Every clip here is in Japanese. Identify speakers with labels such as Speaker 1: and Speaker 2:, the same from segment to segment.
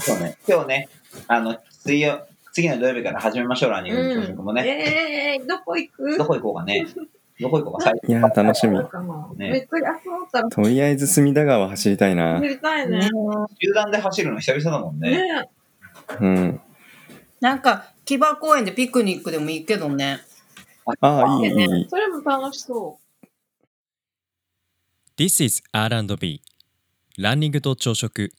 Speaker 1: そうね、今日ね、あの、水曜、次の土曜日から始めましょう、ランニングの朝食もね。
Speaker 2: えー、どこ行く
Speaker 1: どこ行こうかね。どこ行こうか、 最
Speaker 3: いやー、楽しみ
Speaker 2: な。んかもう
Speaker 1: ね
Speaker 2: めっちゃ休もうったら
Speaker 3: とりあえず隅田川走りたいな
Speaker 2: 走。りたいね。
Speaker 1: 近集団で走るの久々だもんね。
Speaker 2: ね
Speaker 3: うん。
Speaker 4: なんか、木場公園でピクニックでもいいけどね。
Speaker 3: ああ、いい、いい。
Speaker 2: それも楽しそう。
Speaker 5: This is R&B ランニングと朝食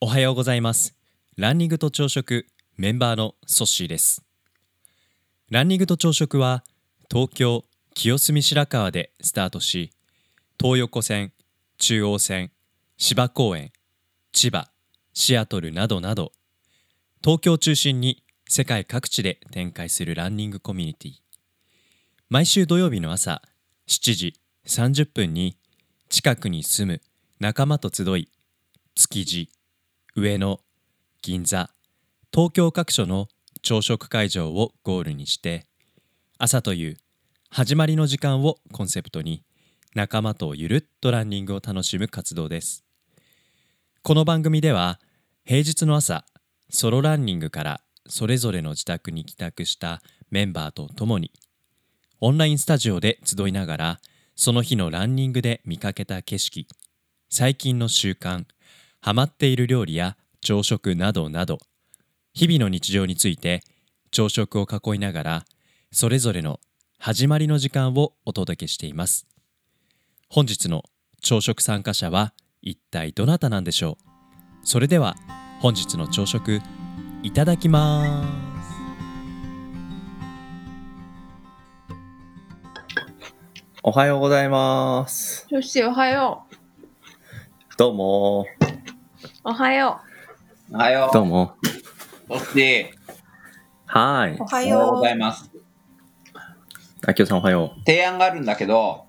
Speaker 5: おはようございますランニングと朝食メンバーのソッシーですランニングと朝食は東京清澄白河でスタートし東横線中央線芝公園千葉シアトルなどなど東京を中心に世界各地で展開するランニングコミュニティ毎週土曜日の朝7時30分に近くに住む仲間と集い築地上野銀座東京各所の朝食会場をゴールにして朝という始まりの時間をコンセプトに仲間とゆるっとランニングを楽しむ活動ですこの番組では平日の朝ソロランニングからそれぞれの自宅に帰宅したメンバーと共にオンラインスタジオで集いながらその日のランニングで見かけた景色最近の習慣ハマっている料理や朝食などなど日々の日常について朝食を囲いながらそれぞれの始まりの時間をお届けしています本日の朝食参加者は一体どなたなんでしょうそれでは本日の朝食いただきます
Speaker 3: おはようございます。
Speaker 2: よし、おはよ
Speaker 3: どうも。
Speaker 2: う。おはよ
Speaker 1: おはよ
Speaker 3: どうも。
Speaker 1: う。おっし
Speaker 3: はーい
Speaker 4: お。は
Speaker 1: ー。おはよ
Speaker 4: よ
Speaker 1: う
Speaker 4: う
Speaker 1: ご。ざいます。
Speaker 3: あきおさんおはよ
Speaker 1: 提案があるんだけど、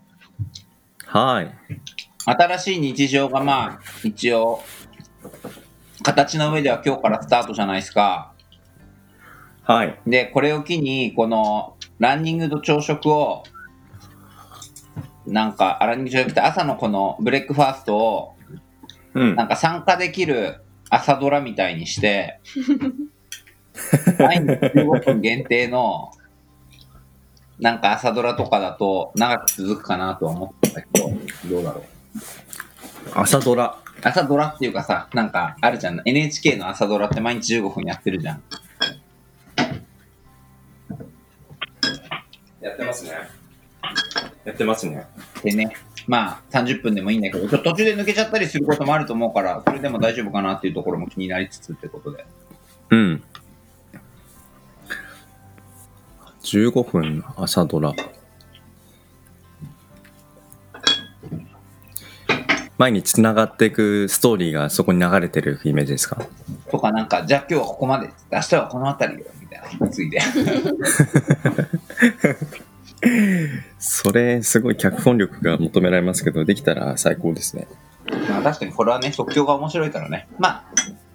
Speaker 3: う。はーい。
Speaker 1: 新しい日常がまあ、一応、形の上では今日からスタートじゃないですか。
Speaker 3: はい。
Speaker 1: で、これを機に、この、ランニングと朝食を、なんか、あランニングじゃなくて、朝のこのブレックファーストを、
Speaker 3: うん
Speaker 1: なん。か参加できる朝ドラみたい にして、毎日15分限定の、なんか朝ドラとかだと長く続くかなとは思ったけど、どうだろう。
Speaker 3: 朝ドラ。
Speaker 1: 朝ドラっていうかさ、なんかあるじゃん。NHK の朝ドラって毎日15分やってるじゃん。
Speaker 3: やってますね。やってますね。
Speaker 1: でね、まあ30分でもいいんだけど、ちょっと途中で抜けちゃったりすることもあると思うから、それでも大丈夫かなっていうところも気になりつつってことで。
Speaker 3: うん。15分朝ドラ。前につながっていくストーリーがそこに流れてるイメージですか
Speaker 1: とかなんか、じゃあ今日はここまで、明日はこの辺りよ、みたいな引き継いで。
Speaker 3: それすごい脚本力が求められますけどできたら最高ですね
Speaker 1: まあ確かにこれはね、即興が面白いからね。ま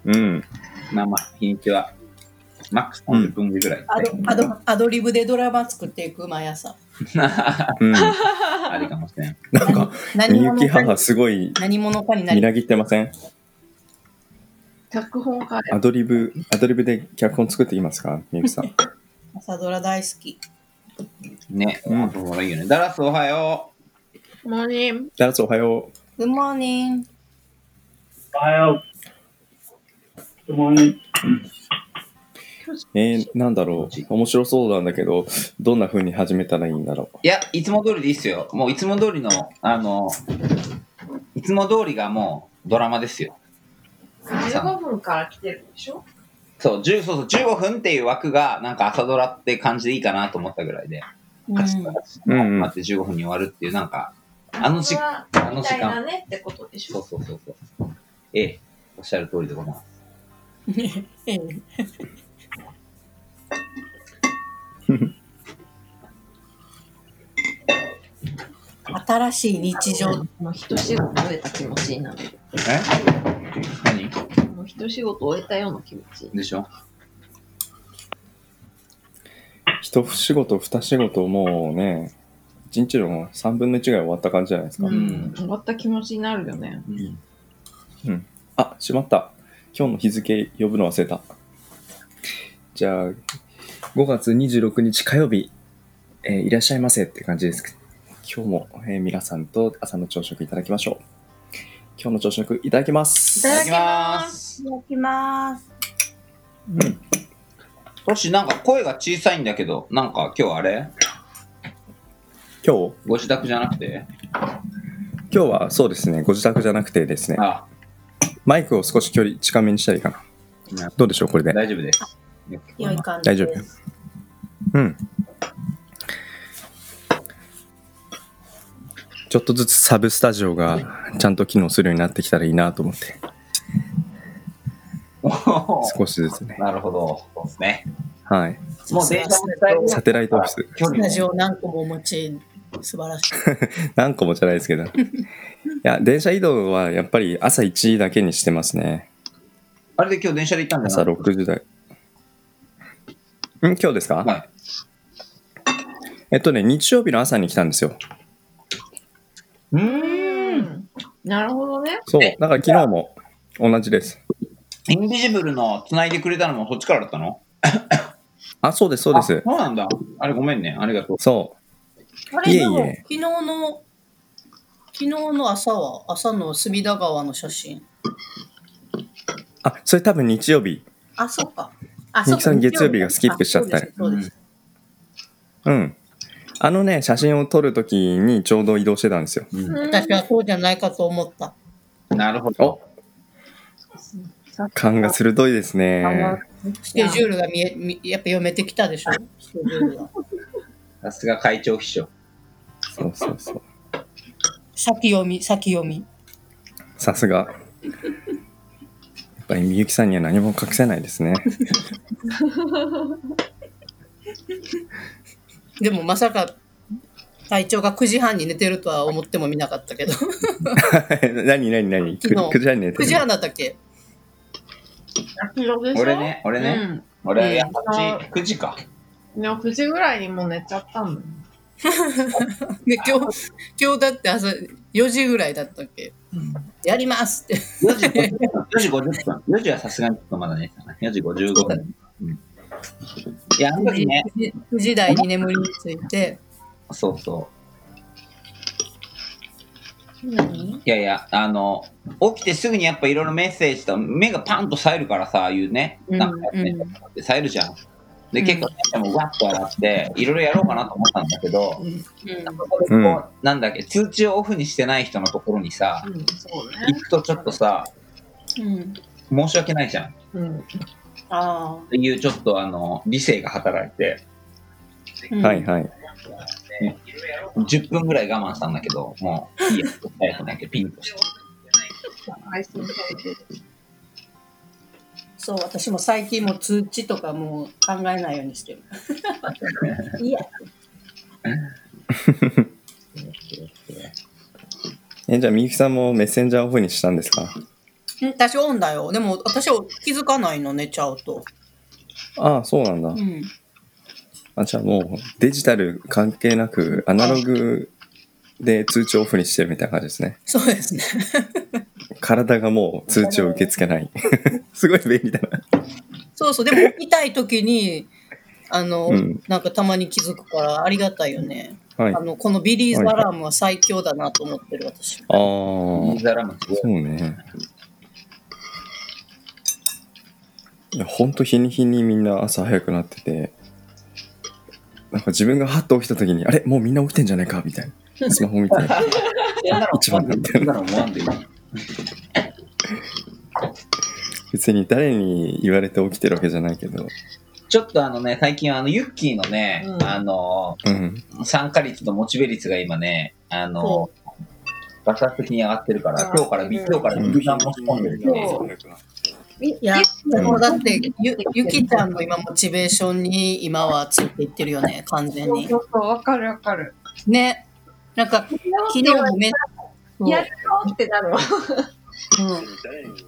Speaker 3: うん
Speaker 1: あ、まあまあ、日にちは、マックス30分ぐらいで、
Speaker 4: アドアドアドリブでドラマ作っていく毎朝。
Speaker 3: うん
Speaker 1: あれかもしれん。
Speaker 3: なんかみゆき
Speaker 4: 何者かに
Speaker 3: 母すごい
Speaker 4: 何者かにな
Speaker 3: み
Speaker 4: り
Speaker 3: なぎってません
Speaker 2: う。脚本家
Speaker 3: アドリブアドリブで脚本作っていますかみゆき さん
Speaker 4: 朝ドラ大好き。
Speaker 1: ね、
Speaker 3: うん
Speaker 1: 本当もいいよね。ダラスおはよ
Speaker 2: モーニング。
Speaker 3: ダラスおはよ
Speaker 4: Good morning.
Speaker 6: おはよう。Good morning.
Speaker 3: うえー、なんだろう面白そうなんだけどどんな風に始めたらいいんだろう
Speaker 1: う。いや、いつも通りでいいっすよ。もういつも通りの、あの、いつも通りがもうドラマですよ。
Speaker 2: 15分から来てるでしょ
Speaker 1: そう、10そうそう15分っていう枠が、なんか朝ドラって感じでいいかなと思ったぐらいで、
Speaker 4: うん
Speaker 1: カチ ッとカチッと
Speaker 3: うんうん
Speaker 1: 待って15分に終わるっていう、なんか、あの時
Speaker 2: 間。
Speaker 1: あの
Speaker 2: み
Speaker 1: 時
Speaker 2: たいな
Speaker 1: 間。
Speaker 2: ねってことでし
Speaker 1: そう
Speaker 2: ょ
Speaker 1: そうそうそう。ええ、おっしゃる通りでございます。
Speaker 4: ええ新しい日常。
Speaker 2: もう一仕事終えた気持ちになる。
Speaker 1: え何
Speaker 2: もう一仕事終えたような気持ち。
Speaker 1: でしょ
Speaker 3: 一仕事二仕事もうね一日の3分の1が終わった感じじゃないですか、
Speaker 2: うん、終わった気持ちになるよね。
Speaker 3: あしまった
Speaker 5: 今日の日付呼ぶの忘れた。じゃあ、5月26日火曜日、えーいらっしゃいませって感じです。今日も、えー皆さんと朝の朝食いただきましょう。今日の朝食いただきます。
Speaker 4: いただ
Speaker 1: い
Speaker 4: き
Speaker 1: ただき
Speaker 4: ま
Speaker 1: ますす
Speaker 4: いただきます
Speaker 1: トシなんか声が小さいんだけどなんか今日あれ
Speaker 5: 今日
Speaker 1: ご自宅じゃなくて
Speaker 5: 今日はそうですね、ご自宅じゃなくてですね、
Speaker 1: あ
Speaker 5: マイクを少し距離近めにしたらいいかな。どうでしょう、これで。
Speaker 1: 大丈夫です
Speaker 4: 良い感じ
Speaker 5: 大丈夫
Speaker 4: です
Speaker 5: うん。ちょっとずつサブスタジオがちゃんと機能するようになってきたらいいなと思って、
Speaker 1: おー
Speaker 5: 少しずつね。
Speaker 1: なるほどそうですね
Speaker 5: はい。
Speaker 1: もう電車も伝える
Speaker 5: サテライトオフィス、
Speaker 1: 距
Speaker 4: ス
Speaker 1: 離
Speaker 4: タ
Speaker 1: も
Speaker 4: ジオ何個もお持ち素晴らしい
Speaker 5: 何個もじゃないです けど。いや、電車移動はやっぱり朝1時だけにしてますね。
Speaker 1: あれで今日電車で行ったんじ
Speaker 5: 朝
Speaker 1: ゃない
Speaker 5: 6時台。ん今日ですか、
Speaker 1: はい
Speaker 5: えっとね、日曜日の朝に来たんですよ。
Speaker 1: う
Speaker 2: う
Speaker 1: ーん
Speaker 2: ん。なるほどね。
Speaker 5: そう。だから昨日も同じです。
Speaker 1: インビジブルの繋いでくれたのもそっちからだったの
Speaker 5: あ、そうです、そうで
Speaker 1: あ
Speaker 5: す。
Speaker 1: そうなんだあれごめんねありがとう
Speaker 5: そ
Speaker 4: あれ
Speaker 5: いえいえ
Speaker 4: でも昨日の昨日の朝は朝の隅田川の写真
Speaker 5: う。あ、それ多分日曜日。
Speaker 4: あそっかあ
Speaker 5: みゆきさん月曜日がスキップしちゃったね
Speaker 4: あそうですそうです
Speaker 5: うん。あのね、写真を撮るときにちょうど移動してたんですよ。
Speaker 1: う
Speaker 4: 私はそうじゃないかと思った
Speaker 1: んなるほど
Speaker 5: 感が鋭いですね。
Speaker 4: スケジュールが見えみやっぱ読めてきたでしょスケジュールが
Speaker 1: さすが会長秘書
Speaker 5: そうそうそう。
Speaker 4: 先読み先読み
Speaker 5: さすが。やっぱりみゆきさんには何も隠せないですね。
Speaker 4: でもまさか隊長が9時半に寝てるとは思ってもみなかったけど9
Speaker 5: 何何何
Speaker 4: 昨日
Speaker 5: ?9 時半に寝て
Speaker 4: 時半
Speaker 5: る。
Speaker 4: だったっけ
Speaker 2: 秋色でしょ
Speaker 1: 俺。ね俺ね、俺いや8 9時か
Speaker 2: うん。でも9時ぐらいにもう寝ちゃったんだよ。
Speaker 4: で今日今日だって朝4時ぐらいだったっけやりますって
Speaker 1: 4時50分、4時50分、4時はさすがにちょっとまだ寝てたな。4時55分。うん、いや、あの時ね、
Speaker 4: 9時台に眠りについて
Speaker 1: そうそ
Speaker 2: 何
Speaker 1: う。いやいや、あの、起きてすぐにやっぱいろいろメッセージと、目がパンと冴えるからさ、ああいうね、
Speaker 4: うん
Speaker 1: なんかね、
Speaker 4: う
Speaker 1: って冴えるじゃん。
Speaker 4: う
Speaker 1: で、
Speaker 4: ん
Speaker 1: 結構、ね、もうわっと洗って、いろいろやろうかなと思ったんだけど、
Speaker 4: うん
Speaker 1: そこでこう
Speaker 5: うん
Speaker 1: なんだっけ、通知をオフにしてない人のところにさ、
Speaker 2: うん、そうね
Speaker 1: 行。くとちょっとさ、
Speaker 4: うん
Speaker 1: 申し訳ないじゃん。っ
Speaker 2: うん。
Speaker 4: あ
Speaker 1: ていうちょっと、あの、理性が働いて、
Speaker 4: あ、
Speaker 5: はいはい。
Speaker 1: 10分ぐらい我慢したんだけど、もういいや、早くなきゃピンとして。
Speaker 2: 配信されてる。
Speaker 4: そう私も最近もう通知とかもう考えないようにしてるいや
Speaker 5: え、じゃあみゆきさんもメッセンジャーオフにしたんですか
Speaker 4: 私オンだよでも私は気づかないの寝ちゃうと
Speaker 5: ああ、そうなんだ
Speaker 4: う。ん
Speaker 5: あじゃあもうデジタル関係なくアナログで通知をオフにしてるみたいな感じですね。
Speaker 4: そうですね
Speaker 5: 体がもう通知を受け付けない。 すごい便利だな。
Speaker 4: そうそうでも起きたい時にあの、
Speaker 5: うん
Speaker 4: なんかたまに気づくからありがたいよね、
Speaker 5: はい。
Speaker 4: あ
Speaker 5: あ
Speaker 4: のこのビリーズアラームは最強だなと思ってる私
Speaker 5: あー、
Speaker 1: 水洗いもすごい
Speaker 5: そうね。いや、ほんと日に日にみんな朝早くなってて、なんか自分がハッと起きた時に、あれもうみんな起きてんじゃないかみたいな。 スマホ見て。 一番だったよ
Speaker 1: だから思わんでいい。
Speaker 5: 別に誰に言われて起きてるわけじゃないけど。
Speaker 1: ちょっとあのね、最近はあの、ユッキーのね、
Speaker 2: うん
Speaker 1: あの、
Speaker 5: うん。
Speaker 1: 参加率とモチベ率が今ね、あの
Speaker 4: そ、
Speaker 1: 爆発的に上がってるから、今日から、
Speaker 2: うん
Speaker 1: 今日からビビさんも仕込んでるしね。
Speaker 2: そ
Speaker 4: いやもうだってゆゆきちゃんの今モチベーションに今はついていってるよね完全
Speaker 2: そう
Speaker 4: に
Speaker 2: そうそう、わかるわかる。
Speaker 4: ねなんか昨日もめそう
Speaker 2: やるよってなるわ。
Speaker 4: うん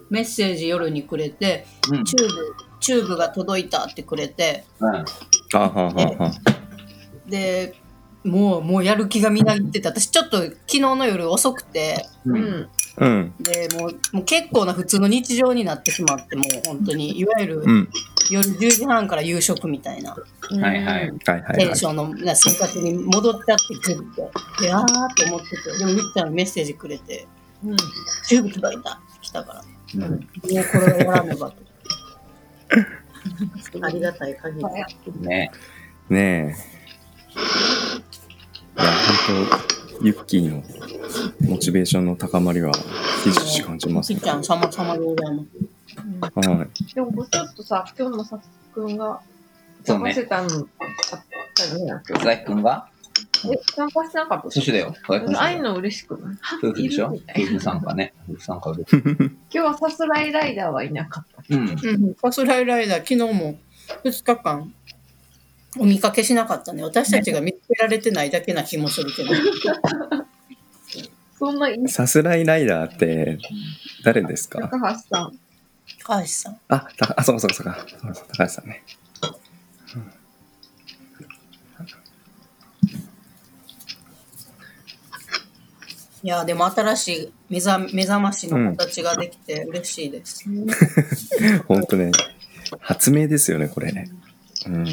Speaker 4: メッセージ夜にくれて
Speaker 1: うん。うん
Speaker 4: チューブチューブが届いたってくれて
Speaker 5: あはんはんはん。
Speaker 4: でもうもうやる気がみなぎってて私ちょっと昨日の夜遅くて
Speaker 1: う。
Speaker 2: うんん。
Speaker 5: うん。
Speaker 4: でもうもう結構な普通の日常になってしまって、もう本当に、いわゆる
Speaker 5: うん。
Speaker 4: 夜10時半から夕食みたいな
Speaker 1: はいはい。
Speaker 5: はいはい
Speaker 4: テ
Speaker 5: は
Speaker 4: ン
Speaker 5: い
Speaker 4: シ。ョンのな生活に戻っちゃってくるって、で、あーと思ってて、でもみっちゃんメッセージくれて、
Speaker 2: うん。
Speaker 4: 中部届いた、来たから、
Speaker 1: うん
Speaker 4: もうこれはやらねばと。 ありがたい限り。
Speaker 1: ね。
Speaker 5: ねえ。いや、本当ユッキーのモチベーションの高まりは、ひしひし感じます
Speaker 4: み
Speaker 5: ね
Speaker 4: っ。ちゃん、様々でございます。
Speaker 5: は
Speaker 2: でも、ぼちょっとさ、今日のさつくんが
Speaker 1: そう
Speaker 2: 参加し
Speaker 1: ね。
Speaker 2: てたの、あったよね。
Speaker 1: 佐々木くんが
Speaker 2: え、参加してなかった
Speaker 1: そしだよ。佐々木くん
Speaker 2: ああいうの嬉しくない
Speaker 1: 夫婦でしょ
Speaker 2: い
Speaker 1: 夫
Speaker 2: るみたい
Speaker 1: 婦参加ね。夫婦参加嬉しい。
Speaker 5: い。
Speaker 2: 今日はさすらいライダーはいなかった。
Speaker 1: うん。
Speaker 4: うん、ファスライライダー、昨日も2日間お見かけしなかったね。私たちが見つけられてないだけな気もするけど。
Speaker 2: そんな印象
Speaker 5: さすらいライダーって、誰ですか
Speaker 2: 高橋さん。
Speaker 4: 高橋さん。
Speaker 5: あ、たあ、そうかそうかそうか。そうかそうか高橋さんね。
Speaker 4: いや、でも新しい目覚目覚ましの形ができて嬉しいです。
Speaker 5: 本当ね、発明ですよね、これね。うん。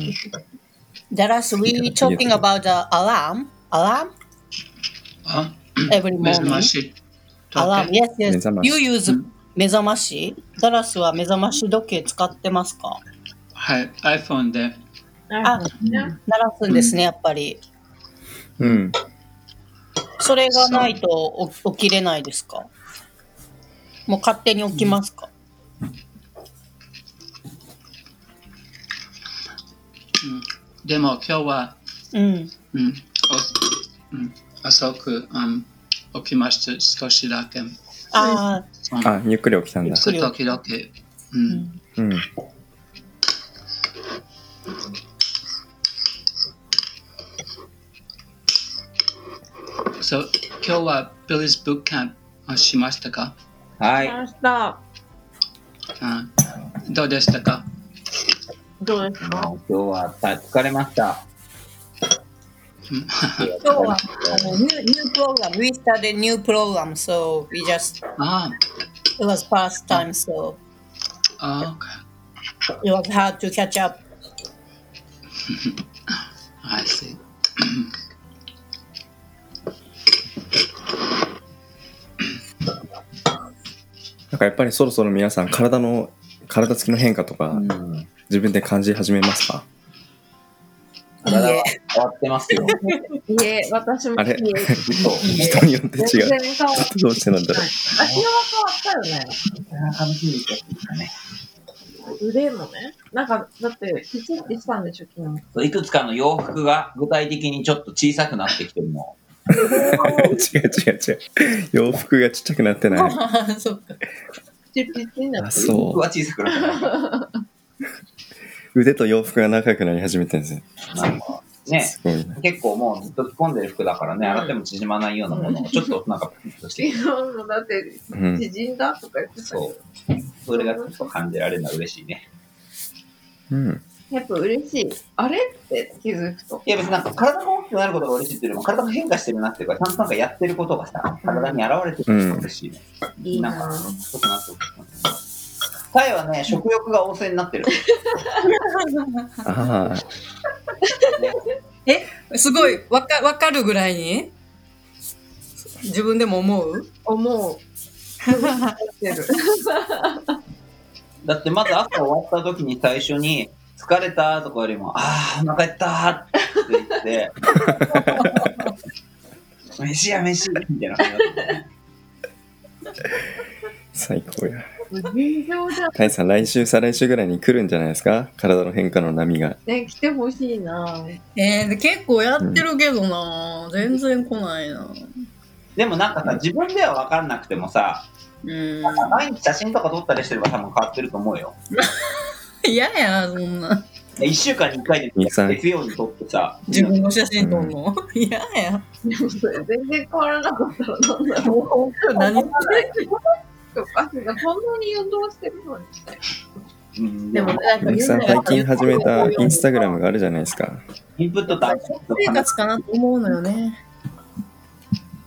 Speaker 4: Dallas, we talking about the alarm? Alarm?
Speaker 6: Huh?
Speaker 4: Every morning.
Speaker 6: Mezmashi.
Speaker 4: アラーム、yes,
Speaker 5: 目覚
Speaker 4: yes.
Speaker 5: まし
Speaker 4: You use 目覚ましダラスは目覚まし時計使ってますか
Speaker 6: Hi, iPhone で。
Speaker 4: あ鳴らすんですね、やっぱり。
Speaker 5: うん。
Speaker 4: それがないとお起きれないですかもう勝手に起きますか、
Speaker 6: でも今日は、
Speaker 4: うん、
Speaker 6: うん、おうん、遅く、うん、起きました、少しだけ。うん、
Speaker 4: ああ、
Speaker 5: あ、ゆっくり起きたんだ。
Speaker 6: そう時々、うん、
Speaker 5: うん。
Speaker 6: そう今日は Billy's Boot Camp をしましたか、
Speaker 1: はい。
Speaker 2: 明日、
Speaker 6: うん、どうでしたか
Speaker 2: どうですか
Speaker 1: もう今日はた疲れました。
Speaker 6: うん
Speaker 4: 今日はあのニューニュープログラム、We started new program, so we just,
Speaker 6: あ
Speaker 4: it was first time, so
Speaker 6: あ、
Speaker 4: it was hard to catch up.
Speaker 6: OK。I see.
Speaker 5: なんかやっぱりそろそろ皆さん、体の、体つきの変化とか、
Speaker 1: うん。
Speaker 5: 自分で感じ始めますか
Speaker 1: 体は変わってますよ。
Speaker 2: いえ、私も
Speaker 5: あ
Speaker 2: い
Speaker 5: れ
Speaker 2: え
Speaker 1: 嘘。
Speaker 5: 人によって違
Speaker 2: 全
Speaker 5: う。
Speaker 2: 然変わっ
Speaker 5: どうしてなんだろ
Speaker 2: た。足は変わったよね。
Speaker 1: 楽しみですね。
Speaker 2: 腕もね。なんか、だって、ピチってしたんでしょ、昨日。
Speaker 1: そういくつかの洋服が具体的にちょっと小さくなってきてるの。
Speaker 5: う。違う違う違う。洋服がちっちゃくなってない。
Speaker 4: そっか。
Speaker 2: ピチピチにな
Speaker 5: あ、
Speaker 2: って。
Speaker 1: 洋服
Speaker 5: そ
Speaker 1: は小さくなってな
Speaker 5: う。腕と洋服が仲良くなり始めてるんですよ。
Speaker 1: いなんかね。
Speaker 5: すごいね。
Speaker 1: 結構もうずっと着込んでる服だからね、洗っても縮まないようなものをちょっとなんかピッとして、
Speaker 2: 昨日もだって、
Speaker 5: うん。
Speaker 2: 縮んだとか言って た
Speaker 1: そ
Speaker 2: よ。
Speaker 1: う。それがちょっと感じられるのは嬉しいね。
Speaker 5: うん。
Speaker 2: やっぱ嬉しい。あれって気づくと。
Speaker 1: いや別になんか体が大きくなることが嬉しいっていうよりも、体が変化してるなっていうか、ちゃんとなんかやってることがさ、体に現れてるのが嬉しいね。
Speaker 2: いい
Speaker 1: なん
Speaker 2: な
Speaker 1: か、
Speaker 2: ぁ。
Speaker 1: 太くなってタイはね、食欲が旺盛になってる。
Speaker 5: ああ、
Speaker 4: すごい、わかわかるぐらいに自分でも思う
Speaker 2: 思う。てる。
Speaker 1: だってまず朝終わった時に最初に、疲れたとかよりも、あー、お腹減ったーって言って、 飯や飯みたいな感じだったね。
Speaker 5: 最高や。
Speaker 2: 尋常じゃん。
Speaker 5: タイさん、来週、再来週ぐらいに来るんじゃないですか体の変化の波が。
Speaker 2: ね、来てほしいなぁ。
Speaker 4: えー、結構やってるけどな、全然来ないな。
Speaker 1: でもなんかさ、自分では分かんなくてもさ、
Speaker 4: うん。
Speaker 1: 毎日写真とか撮ったりしてれば多分変わってると思うよ。
Speaker 4: 嫌やそんな。
Speaker 1: 1週間に1回で
Speaker 5: 二三
Speaker 1: 月曜に撮ってさ、
Speaker 4: 自分の写真撮るの。 嫌や
Speaker 2: でもそれ全然変わらなかったらなんだろ
Speaker 4: もう本当何言って る
Speaker 2: う。あ、そうだ、こんなに運動してるのに。
Speaker 1: うん
Speaker 4: でも、なんか
Speaker 5: ミキさん、最近始めたインスタグラムがあるじゃないですか。
Speaker 1: インプットとアウトプット
Speaker 4: 生活かなと思うのよね。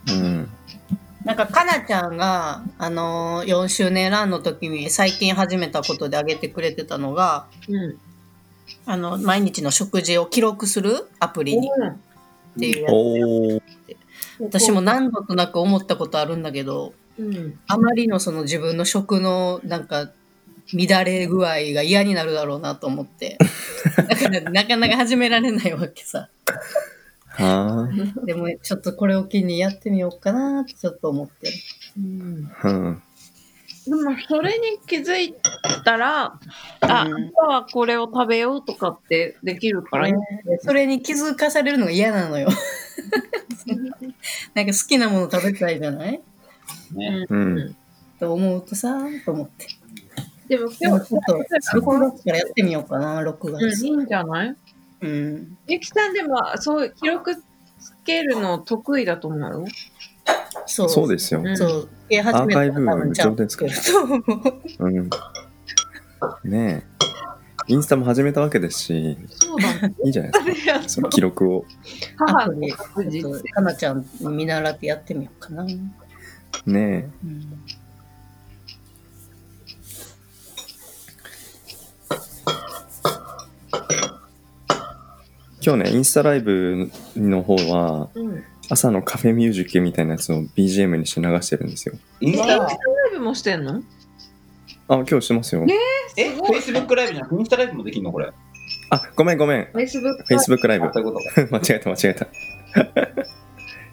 Speaker 5: うん。
Speaker 4: なんか、かなちゃんが、あのー、4周年ランの時に最近始めたことで挙げてくれてたのが、
Speaker 2: うん。
Speaker 4: あの、毎日の食事を記録するアプリにっていうやつ。
Speaker 5: おお。
Speaker 4: 私も何度となく思ったことあるんだけど、
Speaker 2: うん。
Speaker 4: あまりのその自分の食のなんか乱れ具合が嫌になるだろうなと思って。だからなかなか始められないわけさ。
Speaker 5: は
Speaker 4: でもちょっとこれを機にやってみようかなってちょっと思ってる。
Speaker 2: うん。
Speaker 5: あ。うん。
Speaker 2: でも、それに気づいたら、あ、
Speaker 4: うん
Speaker 2: 明日はこれを食べようとかってできるからいいね、
Speaker 4: それに気づかされるのが嫌なのよ。なんか好きなもの食べたいじゃない
Speaker 1: ね。
Speaker 5: うん。
Speaker 4: と思うとさ、と思って。
Speaker 2: でも
Speaker 4: でも
Speaker 2: 今
Speaker 4: ちょっと
Speaker 2: こ
Speaker 4: 6月からやってみようかな、6
Speaker 2: 日、い
Speaker 4: 月。
Speaker 2: いんじゃない
Speaker 4: うん。
Speaker 2: ゆきさんでも、そう、記録つけるの得意だと思うよ。
Speaker 4: そう。
Speaker 5: そうですよ。
Speaker 2: うん
Speaker 4: そう。え始めたら多分ちゃんと作ると思う。
Speaker 5: うん。ねえ。インスタも始めたわけですし、
Speaker 2: そうだね。
Speaker 5: いいじゃないですか。その記録を。
Speaker 2: 母
Speaker 4: 母
Speaker 2: に
Speaker 4: に
Speaker 2: 確
Speaker 4: ち
Speaker 2: 実
Speaker 4: ょっとかなちゃんに見習ってやってみようかな。う
Speaker 5: ね
Speaker 4: ん、
Speaker 5: え。今日ね、インスタライブの方は、
Speaker 2: うん。イン
Speaker 5: 朝のカフェミュージックみたいなやつを BGM にして流してるんですよ。
Speaker 1: イン
Speaker 2: ス
Speaker 1: ス
Speaker 2: タ
Speaker 1: タ
Speaker 2: ライブもしてんの
Speaker 5: あ、今日してますよ。
Speaker 1: え、フェイスブックライブじゃなくてインスタライブもできるのこれ。
Speaker 5: あ、ごめんごめん。
Speaker 2: ?Facebook。
Speaker 5: Facebook ライブ
Speaker 1: あ。そういうことか。
Speaker 5: 間違えた間違えた。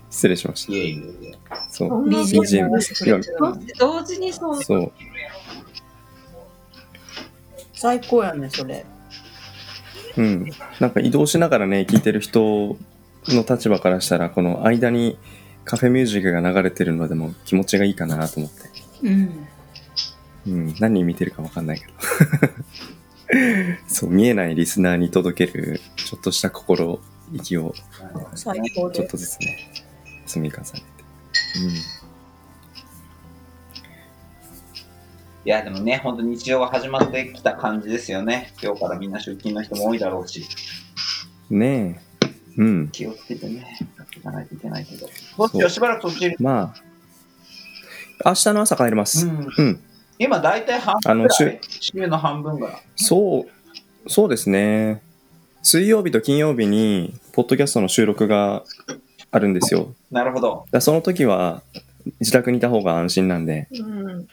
Speaker 5: 失礼しまし
Speaker 1: いえいえいえ。
Speaker 5: た。そう。
Speaker 4: BGM
Speaker 5: BGM
Speaker 4: 流してくれてるの
Speaker 2: 同時にそう。
Speaker 5: そう。
Speaker 4: 最高やね、それ。
Speaker 5: うん。なんか移動しながらね、聞いてる人の立場からしたら、この間にカフェミュージックが流れてるのでも気持ちがいいかなと思って。
Speaker 4: うん。
Speaker 5: うん。何見てるかわかんないけど。 そう、見えないリスナーに届ける、ちょっとした心意気を、
Speaker 4: 最
Speaker 5: ち
Speaker 4: 高
Speaker 5: ょっ
Speaker 4: で。
Speaker 5: とずつね、積み重ねて。
Speaker 1: いや、でもね、本当日常が始まってきた感じですよね。今日からみんな出勤の人も多いだろうし、
Speaker 5: うん。ねえ。うん。
Speaker 1: 気をつけてね、やっていかないといけないけど。どうしよう、しばらくそっちいる。
Speaker 5: まあ、明日の朝帰ります。
Speaker 1: うん
Speaker 5: うん。
Speaker 1: 今、大体半分ぐらい。週の半分ぐらい。
Speaker 5: そう、そうですね。水曜日と金曜日に、ポッドキャストの収録があるんですよ。
Speaker 1: なるほど。
Speaker 5: だその時は、自宅にいた方が安心なんで、
Speaker 2: うん。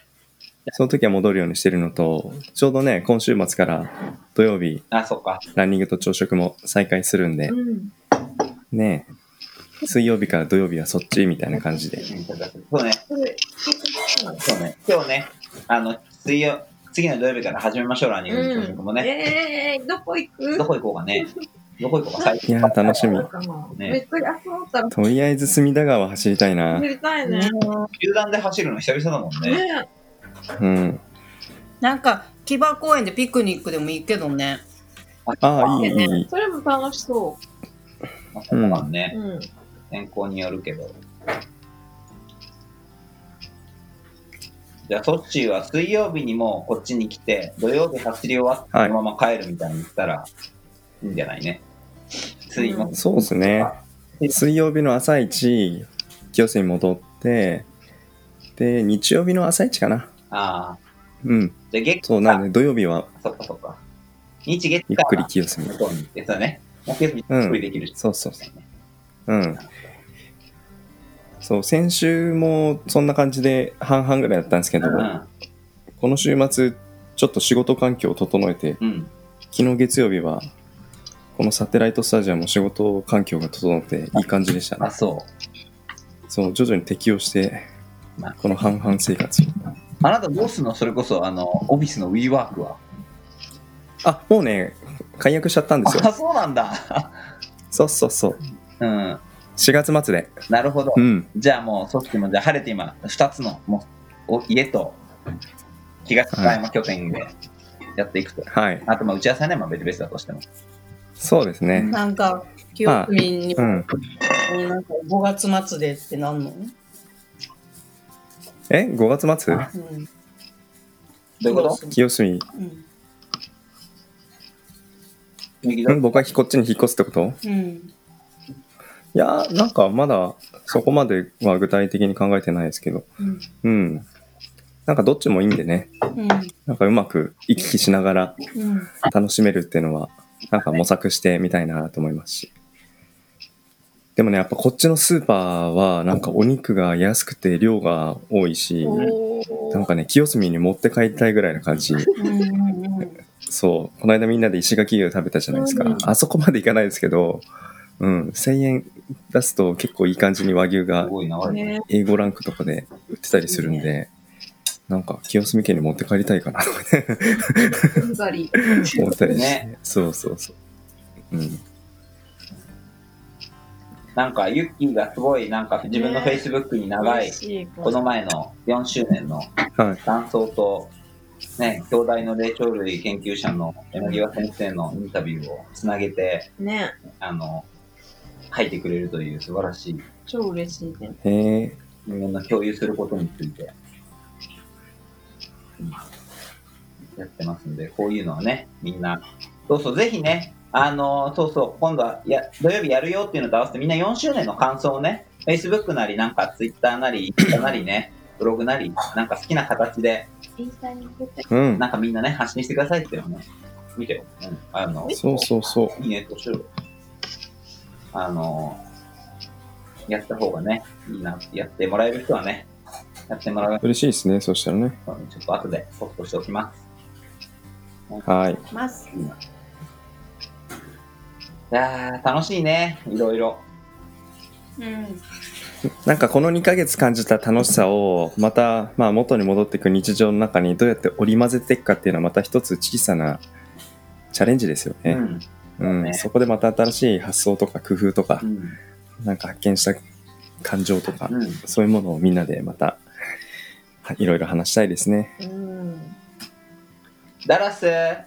Speaker 5: その時は戻るようにしてるのと、ちょうどね、今週末から土曜日、
Speaker 1: あ、そっか。
Speaker 5: ランニングと朝食も再開するんで
Speaker 2: う、ん。
Speaker 5: ねえ水曜日から土曜日はそっちみたいな感じで。
Speaker 1: そうね、
Speaker 2: それ
Speaker 1: そうね。今日ね、あの、水曜、次の土曜日から始めましょう、ランニングの朝食もね。
Speaker 2: えー、どこ行く
Speaker 1: どこ行こうかね。どこ行こうか、最
Speaker 5: い
Speaker 1: 近。
Speaker 5: やー、楽しみ。
Speaker 1: ね
Speaker 2: めっちゃ集まったら
Speaker 5: とりあえず隅田川走りたいな
Speaker 2: 走。りたいね。
Speaker 4: ね
Speaker 2: ね
Speaker 1: 球団で走るの久々だもんね。
Speaker 5: うん。
Speaker 4: なんか、木場公園でピクニックでもいいけどね。
Speaker 5: ああ、いい、いいいい。
Speaker 2: それも楽しそ
Speaker 1: まあ、そうだね
Speaker 2: う。。うん。
Speaker 1: 天候によるけど。じゃあ、ソッチーは水曜日にもうこっちに来て、土曜日走り終わって、
Speaker 5: はい
Speaker 1: そのまま帰るみたいにしたら、いいんじゃないね。水曜
Speaker 5: そうですね。水曜日の朝一、清瀬に戻って、で、日曜日の朝一かな。
Speaker 1: ああ。
Speaker 5: うん。
Speaker 1: じゃあ、月
Speaker 5: そう、なんで土曜日は
Speaker 1: そっかそっか。日月
Speaker 5: ゆっくり清瀬に
Speaker 1: 向。こうに行ってたね。木曜日ゆっくりできるし。
Speaker 5: そうそうそう。うん。そう、先週もそんな感じで半々ぐらいだったんですけど、
Speaker 1: うん。
Speaker 5: この週末、ちょっと仕事環境を整えて、
Speaker 1: うん。
Speaker 5: 昨日月曜日は、このサテライトスタジアムも仕事環境が整っていい感じでした
Speaker 1: あ、
Speaker 5: ね。
Speaker 1: そ
Speaker 5: そう、徐々に適応して
Speaker 1: まあ、
Speaker 5: この半々生活を。
Speaker 1: う。あなたどうすんのそれこそ、あの、オフィスの WeWork は。
Speaker 5: あ、もうね、解約しちゃったんですよ。
Speaker 1: あ、そうなんだ。
Speaker 5: そうそうそう。
Speaker 1: うん。
Speaker 5: 4月末で。
Speaker 1: なるほど
Speaker 5: う。ん。
Speaker 1: じゃあもう、そっちも、じゃあ晴れて今、2つの、もう、お家と、東高山拠点でやっていくと。
Speaker 5: はい。
Speaker 1: あと、まあ、打ち合わせはね、まあ、別々だとしても。
Speaker 5: そうですね。
Speaker 4: なんか、清澄に
Speaker 5: う
Speaker 4: も、
Speaker 5: ん。
Speaker 4: なんか5月末でってなんの、
Speaker 5: え ?5 月末
Speaker 4: うん、
Speaker 1: どういうこと
Speaker 5: 清澄。
Speaker 4: うん。
Speaker 1: 右
Speaker 5: う
Speaker 1: だ
Speaker 5: ん僕はこっちに引っ越すってこと
Speaker 4: うん。
Speaker 5: いやー、なんかまだそこまでは具体的に考えてないですけど、
Speaker 4: うん
Speaker 5: うん。なんかどっちもいいんでね、
Speaker 4: うん
Speaker 5: なんかうまく行き来しながら
Speaker 4: うん
Speaker 5: 楽しめるっていうのは、なんか模索してみたいなと思いますし。でもね、やっぱこっちのスーパーは、なんかお肉が安くて量が多いし、なんかね、清澄に持って帰りたいぐらいの感じ。
Speaker 4: うんうんうん
Speaker 5: そう、この間みんなで石垣牛食べたじゃないですか。
Speaker 4: うん
Speaker 5: あそこまでいかないですけど、うん、1000円出すと結構いい感じに和牛が
Speaker 1: すごいな。
Speaker 2: ね
Speaker 5: 英語ランクとかで売ってたりするんで、なんか清澄家に持って帰りたいかなとかね、
Speaker 2: ふんざり。
Speaker 5: 思ったりして、
Speaker 1: ね
Speaker 5: そうそうそう。うん、
Speaker 1: なんか、ユッキーがすごい、なんか、自分の Facebook に長い
Speaker 2: 嬉、しい
Speaker 1: この前の4周年の
Speaker 5: はい、
Speaker 1: 感想と、ね、兄弟の霊長類研究者の柳葉先生のインタビューをつなげて、
Speaker 2: ね
Speaker 1: あの、書いてくれるという素晴らしい
Speaker 2: 超嬉しいね。
Speaker 5: へえ、
Speaker 1: 人間の共有することについて、うんやってますんで、こういうのはね、みんな、そうそう、ぜひね、あのーそうそう、今度はや土曜日やるよっていうのと合わせて、みんな4周年の感想をね、Facebook なり、なんか Twitter なり、インスタなりね、ブログなり、なんか好きな形で、
Speaker 2: インスタに送って。
Speaker 5: うん、
Speaker 1: なんかみんなね、発信してくださいっていうのね、見てよ。うん、あの、
Speaker 5: そうそうそう。
Speaker 1: いいね、年を。あのーやった方がね、いいな、やってもらえる人はね、やってもらう
Speaker 5: 嬉しいですね、そしたらね。
Speaker 1: ちょっと後でポストしておきます。
Speaker 5: はい。
Speaker 2: ます。
Speaker 1: いやー、楽しいね、いろいろ。
Speaker 2: うん。
Speaker 5: なんかこの2ヶ月感じた楽しさをまた、まあ、元に戻っていく日常の中にどうやって織り交ぜていくかっていうのはまた一つ小さなチャレンジですよ
Speaker 1: う
Speaker 5: ね。
Speaker 1: ん。
Speaker 5: うん
Speaker 1: ね
Speaker 5: そこでまた新しい発想とか工夫とか
Speaker 1: う、ん。
Speaker 5: なんか発見した感情とか、
Speaker 1: うん。
Speaker 5: そういうものをみんなでまたはいろいろ話したいですね。
Speaker 2: うん。
Speaker 1: ダラス、
Speaker 6: は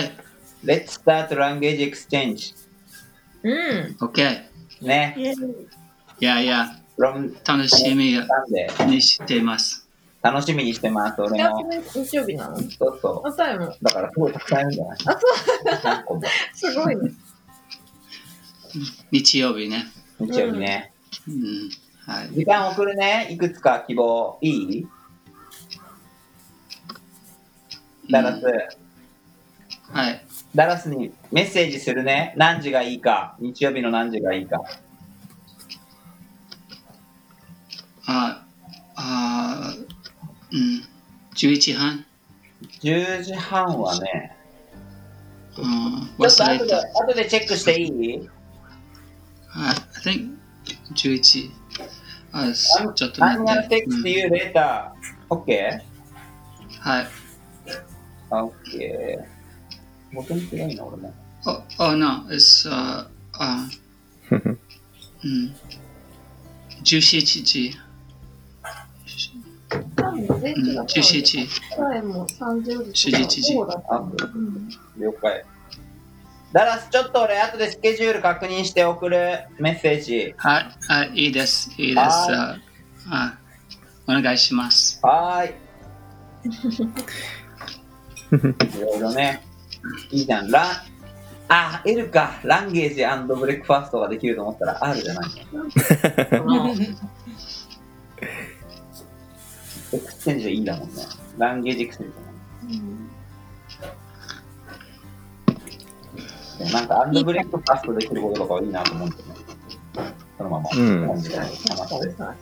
Speaker 6: い。
Speaker 1: Let's start language exchange.
Speaker 2: うん。
Speaker 6: OK。
Speaker 1: ね。
Speaker 2: イエーイ
Speaker 6: いやいや、
Speaker 1: from
Speaker 6: 楽しみ
Speaker 1: なんで、
Speaker 6: にしてます。
Speaker 1: 楽しみにしてます、俺
Speaker 2: 幸
Speaker 1: も。
Speaker 2: せな日曜日なの
Speaker 1: そうそ
Speaker 2: あ、タイム。
Speaker 1: う。だから、すごいたくさんいるんじゃない
Speaker 2: あ、 そう。
Speaker 1: 何個も。
Speaker 2: すごいね。
Speaker 6: 日曜日ね。
Speaker 1: 日曜日ね。
Speaker 6: うん。はい。
Speaker 1: 時間送るね、いくつか希望。いいダラス。
Speaker 6: はい。
Speaker 1: ダラスにメッセージするね。何時がいいか。日曜日の何時がいいか。
Speaker 6: あ、あ、うん。11時半
Speaker 1: 10時半はね、
Speaker 6: うん
Speaker 1: ちょっと
Speaker 6: 忘
Speaker 1: 後
Speaker 6: れ
Speaker 1: で
Speaker 6: た。
Speaker 1: 後でチェックしていい
Speaker 6: はい。I Uh, think Uh, 11。あ、そうちょっと
Speaker 1: ?I'm gonna
Speaker 6: 待って。
Speaker 1: text
Speaker 6: うん
Speaker 1: you later.OK?OK?、OK?
Speaker 6: はい。
Speaker 1: あ OK 元に強いな、俺も。
Speaker 6: Oh, oh no, it's uh, uh, mm, juicy chichi.
Speaker 2: タイム全然違う
Speaker 6: Mm, juicy chi.
Speaker 2: タイムも30時
Speaker 6: 知事知事
Speaker 2: そうだった
Speaker 1: あ、
Speaker 2: うん
Speaker 1: 了解。ダラス、ちょっと俺、後でスケジュール確認して送るメッセージ。
Speaker 6: はい、はい、いいです、いいです。
Speaker 1: は
Speaker 6: ああお願いします。
Speaker 1: はー い。いろいろね。いいじゃん。ランあ、L か。ランゲージブレックファーストができると思ったら R じゃないね。エクスチェンジはいいんだもんね。ランゲージエクスチェンジだもんね。でもなんかアンドブレックファーストできることとかはいいなと思うんですよね。そのまま。
Speaker 5: うん
Speaker 1: 本日の話して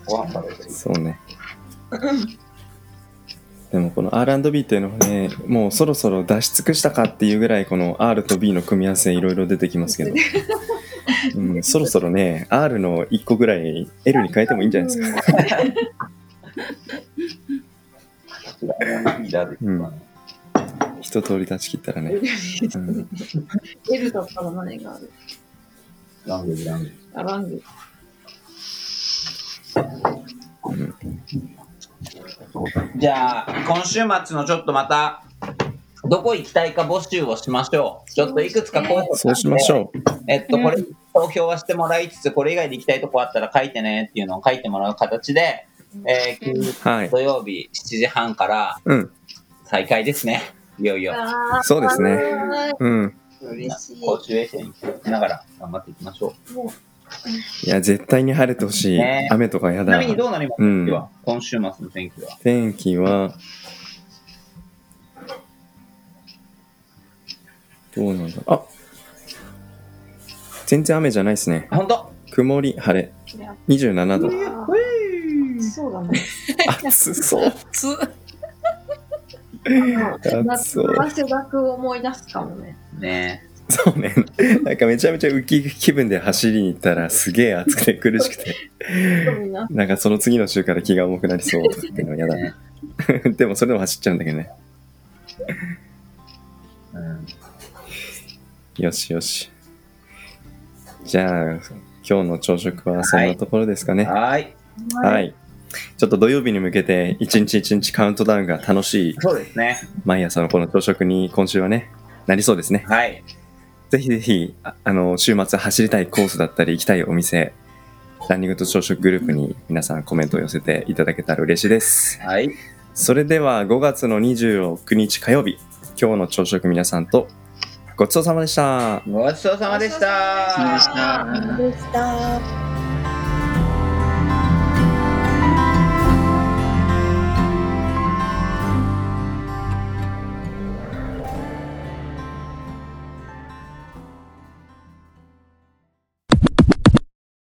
Speaker 1: ご飯食べてる。
Speaker 5: そうね。でもこの R&B っていうのはね、もうそろそろ出し尽くしたかっていうぐらいこの R と B の組み合わせいろいろ出てきますけど、うん、そろそろね、R の1個ぐらい L に変えてもいいんじゃないですか。
Speaker 1: いいだろう
Speaker 5: うん
Speaker 1: まあね
Speaker 5: 一通り出し切ったらね。うん、
Speaker 2: L だったら何がある
Speaker 1: ランゲージランゲージ。
Speaker 2: あ、ラング。
Speaker 1: じゃあ、今週末のちょっとまた、どこ行きたいか募集をしましょう。ちょっといくつか候補
Speaker 5: そうしまし
Speaker 1: う。
Speaker 5: ょう。
Speaker 1: えっと、これ、投票はしてもらいつつ、これ以外で行きたいとこあったら書いてねっていうのを書いてもらう形で、えー金
Speaker 5: はい。
Speaker 1: 土曜日7時半から
Speaker 5: うん、
Speaker 1: 再開ですね。いよいよ。
Speaker 2: あ
Speaker 5: そうですね。うん。
Speaker 2: 嬉しい。
Speaker 1: 公衆衛生に気をつけながら頑張っていきましょ
Speaker 2: も
Speaker 5: いや、絶対に晴れてほしい。
Speaker 1: ね
Speaker 5: 雨とかや
Speaker 1: う。ちな
Speaker 5: だ
Speaker 1: み。にどうなります
Speaker 5: う
Speaker 1: か、
Speaker 5: ん
Speaker 1: では今週末の天気は。
Speaker 5: 天気は、どうなんだあ全然雨じゃないですね。
Speaker 1: あ本当
Speaker 5: 曇り、晴れ。
Speaker 2: う、いや、
Speaker 5: 27度。
Speaker 2: そうだね。
Speaker 5: 暑そう。
Speaker 4: つ
Speaker 2: あの夏
Speaker 5: 暑そう
Speaker 2: の汗だくを思い出すかもね。
Speaker 1: ね
Speaker 5: そうね。なんかめちゃめちゃ浮き気分で走りに行ったらすげえ暑くて苦しくて。
Speaker 2: みんな。
Speaker 5: なんかその次の週から気が重くなりそうっていうのは嫌だ
Speaker 1: ね
Speaker 5: な。でもそれでも走っちゃうんだけどね。
Speaker 1: うん、
Speaker 5: よしよし。じゃあ、今日の朝食はそんなところですかね。は
Speaker 1: はーい。
Speaker 5: い。ちょっと土曜日に向けて、一日一日カウントダウンが楽しい
Speaker 1: そうですね。
Speaker 5: 毎朝のこの朝食に今週はね、なりそうですね。
Speaker 1: はい。
Speaker 5: ぜひぜひ、ああの、週末走りたいコースだったり、行きたいお店、ランニングと朝食グループに皆さんコメントを寄せていただけたら嬉しいです。
Speaker 1: はい。
Speaker 5: それでは5月の26日火曜日、今日の朝食皆さんとごちそうさまでした。
Speaker 1: ごちそうさまでし
Speaker 2: ごちそうさま
Speaker 1: た
Speaker 2: でし。
Speaker 6: た
Speaker 2: でした。